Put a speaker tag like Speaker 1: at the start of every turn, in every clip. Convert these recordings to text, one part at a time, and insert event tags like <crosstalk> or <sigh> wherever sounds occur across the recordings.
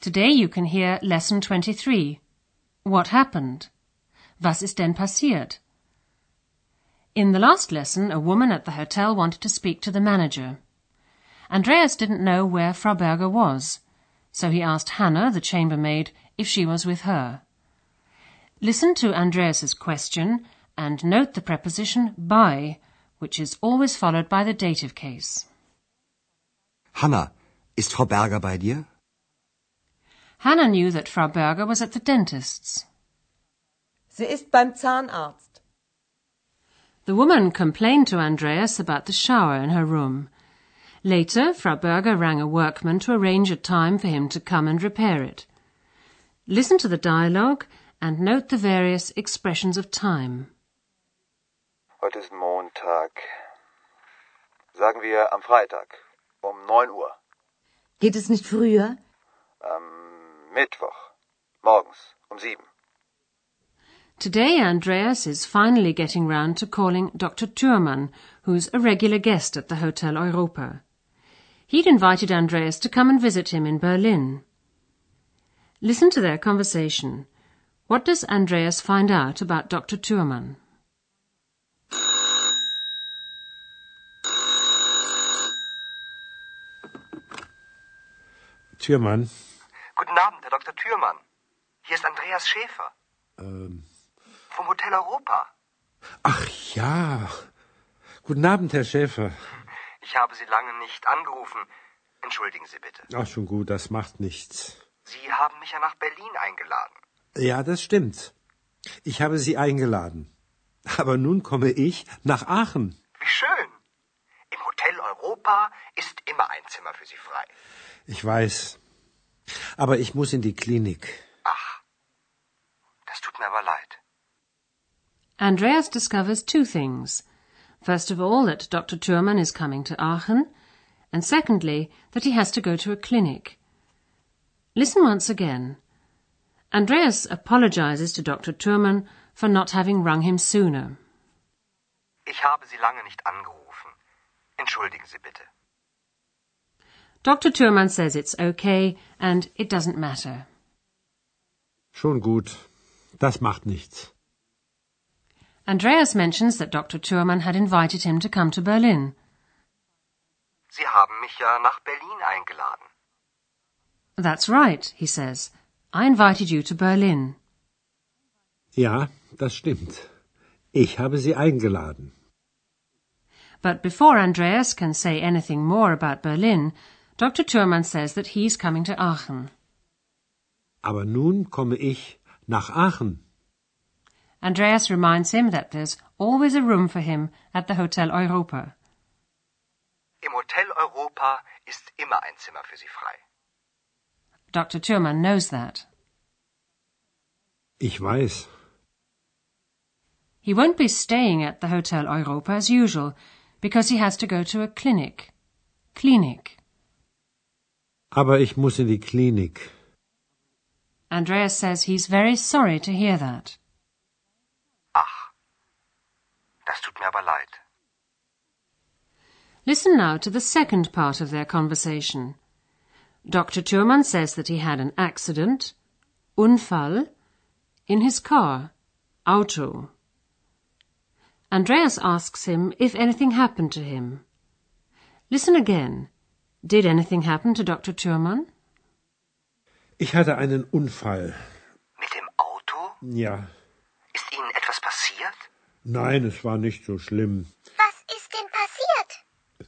Speaker 1: Today you can hear lesson 23. What happened? Was ist denn passiert? In the last lesson, a woman at the hotel wanted to speak to the manager. Andreas didn't know where Frau Berger was, so he asked Hannah, the chambermaid, if she was with her. Listen to Andreas's question and note the preposition by, which is always followed by the dative case.
Speaker 2: Hanna, ist Frau Berger bei dir?
Speaker 1: Hannah knew that Frau Berger was at the dentist's.
Speaker 3: Sie ist beim Zahnarzt.
Speaker 1: The woman complained to Andreas about the shower in her room. Later, Frau Berger rang a workman to arrange a time for him to come and repair it. Listen to the dialogue and note the various expressions of time.
Speaker 4: Heute ist Montag. Sagen wir am Freitag um 9 Uhr.
Speaker 5: Geht es nicht früher?
Speaker 4: Am Mittwoch morgens um 7.
Speaker 1: Today, Andreas is finally getting round to calling Dr. Thurmann, who's a regular guest at the Hotel Europa. He'd invited Andreas to come and visit him in Berlin. Listen to their conversation. What does Andreas find out about Dr. Thurmann?
Speaker 6: Türmann,
Speaker 7: Guten Abend, Herr Dr. Thürmann. Hier ist Andreas Schäfer
Speaker 6: ähm,
Speaker 7: vom Hotel Europa.
Speaker 6: ach ja. Guten Abend, Herr Schäfer.
Speaker 7: Ich habe Sie lange nicht angerufen. Entschuldigen Sie bitte.
Speaker 6: Ach, schon gut, das macht nichts.
Speaker 7: Sie haben mich ja nach Berlin eingeladen.
Speaker 6: Ja, das stimmt. Ich habe Sie eingeladen. Aber nun komme ich nach Aachen.
Speaker 7: Wie schön. Im Hotel Europa ist immer ein Zimmer für Sie frei.
Speaker 6: Ich weiß. Aber ich muss in die Klinik.
Speaker 7: Ach, das tut mir aber leid.
Speaker 1: Andreas discovers two things. First of all, that Dr. Thurmann is coming to Aachen, and secondly, that he has to go to a clinic. Listen once again. Andreas apologizes to Dr. Thurmann for not having rung him sooner.
Speaker 7: Ich habe Sie lange nicht angerufen. Entschuldigen Sie bitte.
Speaker 1: Dr. Thurmann says it's okay and it doesn't matter.
Speaker 6: Schon gut. Das macht nichts.
Speaker 1: Andreas mentions that Dr. Thurmann had invited him to come to Berlin.
Speaker 7: Sie haben mich ja nach Berlin eingeladen.
Speaker 1: That's right, he says. I invited you to Berlin.
Speaker 6: Ja, das stimmt. Ich habe Sie eingeladen.
Speaker 1: But before Andreas can say anything more about Berlin, Dr. Thurmann says that he's coming to Aachen.
Speaker 6: Aber nun komme ich nach Aachen.
Speaker 1: Andreas reminds him that there's always a room for him at the Hotel Europa.
Speaker 7: Im Hotel Europa ist immer ein Zimmer für Sie frei.
Speaker 1: Dr. Thurmann knows that.
Speaker 6: Ich weiß.
Speaker 1: He won't be staying at the Hotel Europa as usual because he has to go to a clinic. Clinic.
Speaker 6: Aber ich muss in die Klinik.
Speaker 1: Andreas says he's very sorry to hear that.
Speaker 7: Ach, das tut mir aber leid.
Speaker 1: Listen now to the second part of their conversation. Dr. Thurmann says that he had an accident, Unfall, in his car, Auto. Andreas asks him if anything happened to him. Listen again. Did anything happen to Dr. Thurmann?
Speaker 6: Ich hatte einen Unfall.
Speaker 7: Mit dem Auto?
Speaker 6: Ja.
Speaker 7: Ist Ihnen etwas passiert?
Speaker 6: Nein, es war nicht so schlimm.
Speaker 8: Was ist denn passiert?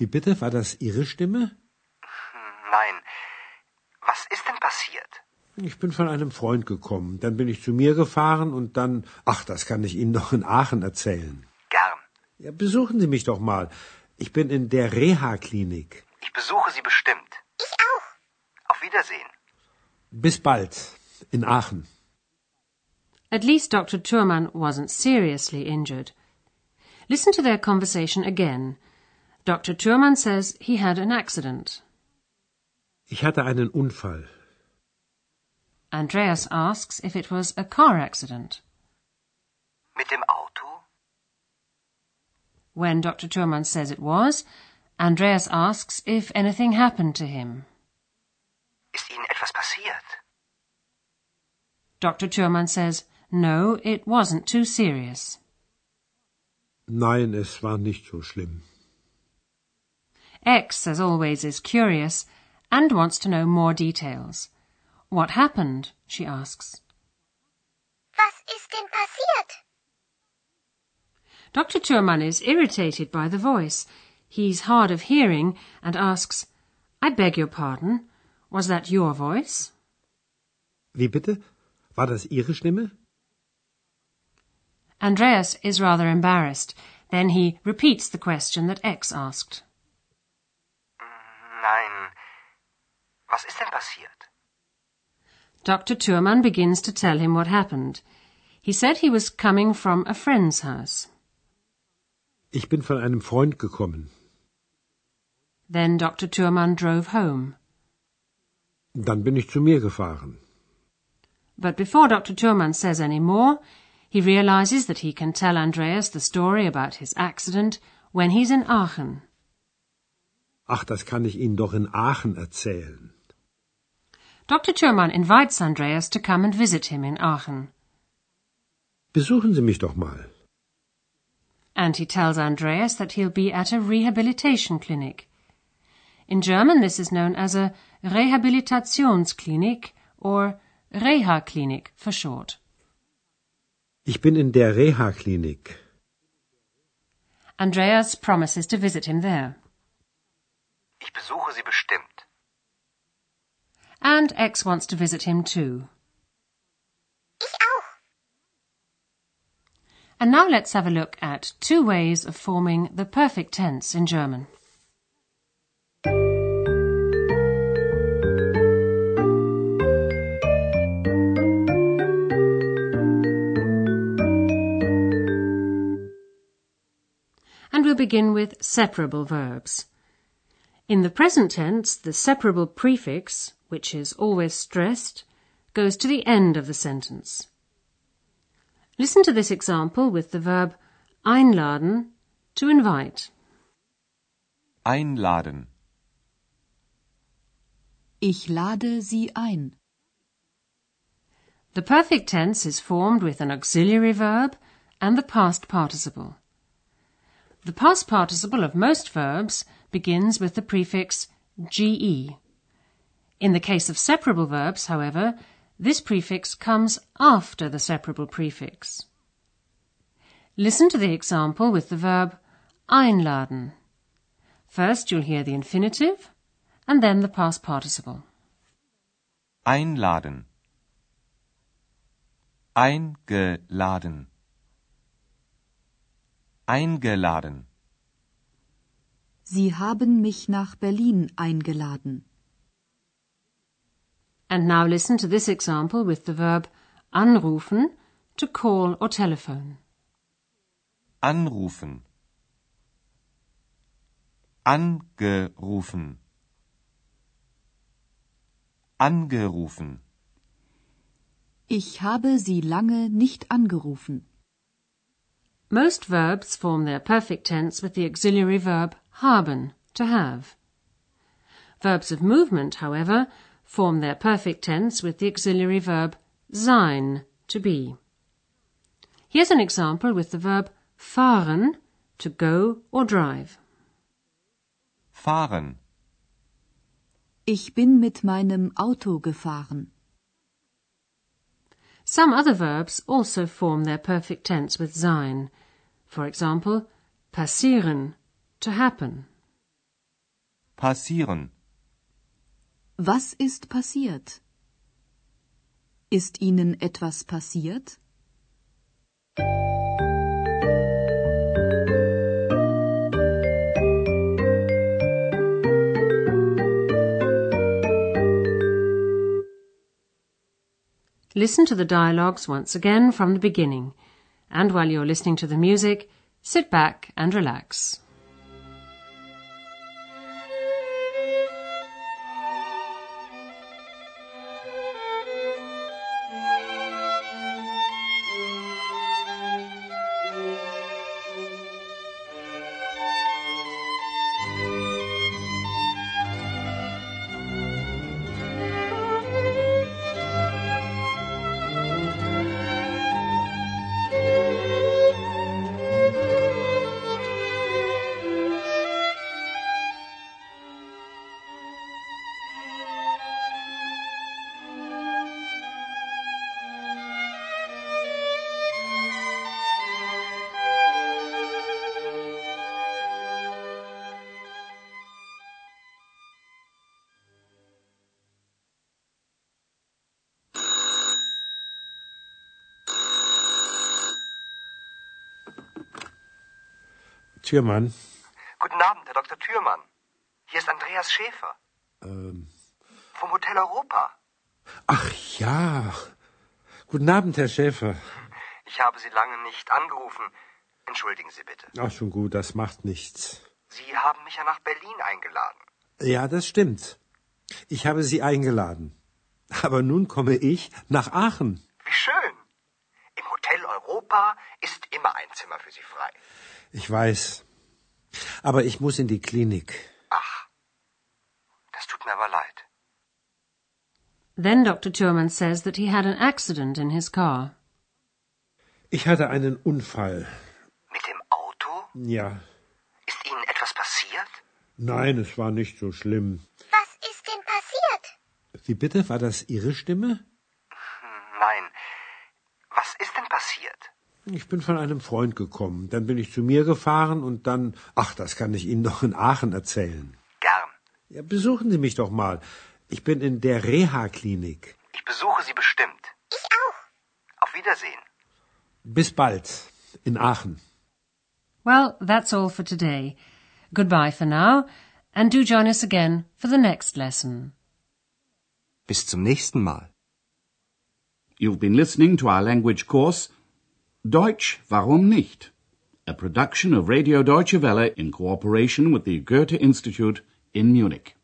Speaker 6: Wie bitte? War das Ihre Stimme?
Speaker 7: Hm, Nein. Was ist denn passiert?
Speaker 6: Ich bin von einem Freund gekommen. Dann bin ich zu mir gefahren und dann. Ach, das kann ich Ihnen <laughs> doch in Aachen erzählen.
Speaker 7: Gern.
Speaker 6: Ja, besuchen Sie mich doch mal. Ich bin in der Reha-Klinik.
Speaker 7: Ich besuche Sie bestimmt.
Speaker 8: Ich auch.
Speaker 7: Auf Wiedersehen.
Speaker 6: Bis bald. In Aachen.
Speaker 1: At least Dr. Thurman wasn't seriously injured. Listen to their conversation again. Dr. Thurman says he had an accident.
Speaker 6: Ich hatte einen Unfall.
Speaker 1: Andreas asks if it was a car accident.
Speaker 7: Mit dem Auto?
Speaker 1: When Dr. Thurman says it was, Andreas asks if anything happened to him.
Speaker 7: Ist Ihnen etwas passiert?
Speaker 1: Dr. Thurman says, no, it wasn't too serious.
Speaker 6: Nein, es war nicht so schlimm.
Speaker 1: X, as always, is curious and wants to know more details. What happened? she asks.
Speaker 8: Was ist denn passiert?
Speaker 1: Dr. Thurman is irritated by the voice. He's hard of hearing and asks, I beg your pardon. Was that your voice?
Speaker 6: Wie bitte? War das Ihre Stimme?
Speaker 1: Andreas is rather embarrassed. Then he repeats the question that X asked.
Speaker 7: Nein. Was ist denn passiert?
Speaker 1: Dr. Thurman begins to tell him what happened. He said he was coming from a friend's house.
Speaker 6: Ich bin von einem Freund gekommen.
Speaker 1: Then Dr. Thurman drove home.
Speaker 6: Dann bin ich zu mir gefahren.
Speaker 1: But before Dr. Thurman says any more, he realizes that he can tell Andreas the story about his accident when he's in Aachen.
Speaker 6: Ach, das kann ich Ihnen doch in Aachen erzählen.
Speaker 1: Dr. Thurman invites Andreas to come and visit him in Aachen.
Speaker 6: Besuchen Sie mich doch mal.
Speaker 1: And he tells Andreas that he'll be at a rehabilitation clinic. In German, this is known as a Rehabilitationsklinik or Reha-Klinik for short.
Speaker 6: Ich bin in der Reha-Klinik.
Speaker 1: Andreas promises to visit him there.
Speaker 7: Ich besuche Sie bestimmt.
Speaker 1: And X wants to visit him too.
Speaker 8: Ich auch.
Speaker 1: And now let's have a look at two ways of forming the perfect tense in German. And we'll begin with separable verbs. In the present tense, the separable prefix, which is always stressed, goes to the end of the sentence. Listen to this example with the verb einladen, to invite.
Speaker 9: Einladen.
Speaker 10: Ich lade Sie ein.
Speaker 1: The perfect tense is formed with an auxiliary verb and the past participle. The past participle of most verbs begins with the prefix ge. In the case of separable verbs, however, this prefix comes after the separable prefix. Listen to the example with the verb einladen. First you'll hear the infinitive and then the past participle.
Speaker 9: Einladen. Eingeladen. Eingeladen.
Speaker 10: Sie haben mich nach Berlin eingeladen.
Speaker 1: And now listen to this example with the verb anrufen, to call or telephone.
Speaker 9: Anrufen. Angerufen. Angerufen.
Speaker 10: Ich habe Sie lange nicht angerufen.
Speaker 1: Most verbs form their perfect tense with the auxiliary verb haben, to have. Verbs of movement, however, form their perfect tense with the auxiliary verb sein, to be. Here's an example with the verb fahren, to go or drive.
Speaker 9: Fahren.
Speaker 10: Ich bin mit meinem Auto gefahren.
Speaker 1: Some other verbs also form their perfect tense with sein. For example, passieren, to happen.
Speaker 9: Passieren.
Speaker 10: Was ist passiert? Ist Ihnen etwas passiert?
Speaker 1: Listen to the dialogues once again from the beginning. And while you're listening to the music, sit back and relax.
Speaker 6: Türmann.
Speaker 7: Guten Abend, Herr Dr. Türmann. Hier ist Andreas Schäfer.
Speaker 6: Ähm.
Speaker 7: Vom Hotel Europa.
Speaker 6: Ach ja. Guten Abend, Herr Schäfer.
Speaker 7: Ich habe Sie lange nicht angerufen. Entschuldigen Sie bitte.
Speaker 6: Ach, schon gut, das macht nichts.
Speaker 7: Sie haben mich ja nach Berlin eingeladen.
Speaker 6: Ja, das stimmt. Ich habe Sie eingeladen. Aber nun komme ich nach Aachen.
Speaker 7: Wie schön. Im Hotel Europa ist immer ein Zimmer für Sie frei.
Speaker 6: Ich weiß. Aber ich muss in die Klinik.
Speaker 7: Ach, das tut mir aber leid.
Speaker 1: Then Dr. Thurman says that he had an accident in his car.
Speaker 6: Ich hatte einen Unfall.
Speaker 7: Mit dem Auto?
Speaker 6: Ja.
Speaker 7: Ist Ihnen etwas passiert?
Speaker 6: Nein, es war nicht so schlimm.
Speaker 8: Was ist denn passiert?
Speaker 6: Wie bitte? War das Ihre Stimme?
Speaker 7: Nein. Was ist denn passiert?
Speaker 6: Ich bin von einem Freund gekommen. Dann bin ich zu mir gefahren und dann. Ach, das kann ich Ihnen <laughs> doch in Aachen erzählen.
Speaker 7: Gern.
Speaker 6: Ja, besuchen Sie mich doch mal. Ich bin in der Reha-Klinik.
Speaker 7: Ich besuche Sie bestimmt.
Speaker 8: Ich auch.
Speaker 7: Auf Wiedersehen.
Speaker 6: Bis bald. In Aachen.
Speaker 1: Well, that's all for today. Goodbye for now, and do join us again for the next lesson.
Speaker 2: Bis zum nächsten Mal.
Speaker 11: You've been listening to our language course. Deutsch, warum nicht? A production of Radio Deutsche Welle in cooperation with the Goethe Institute in Munich.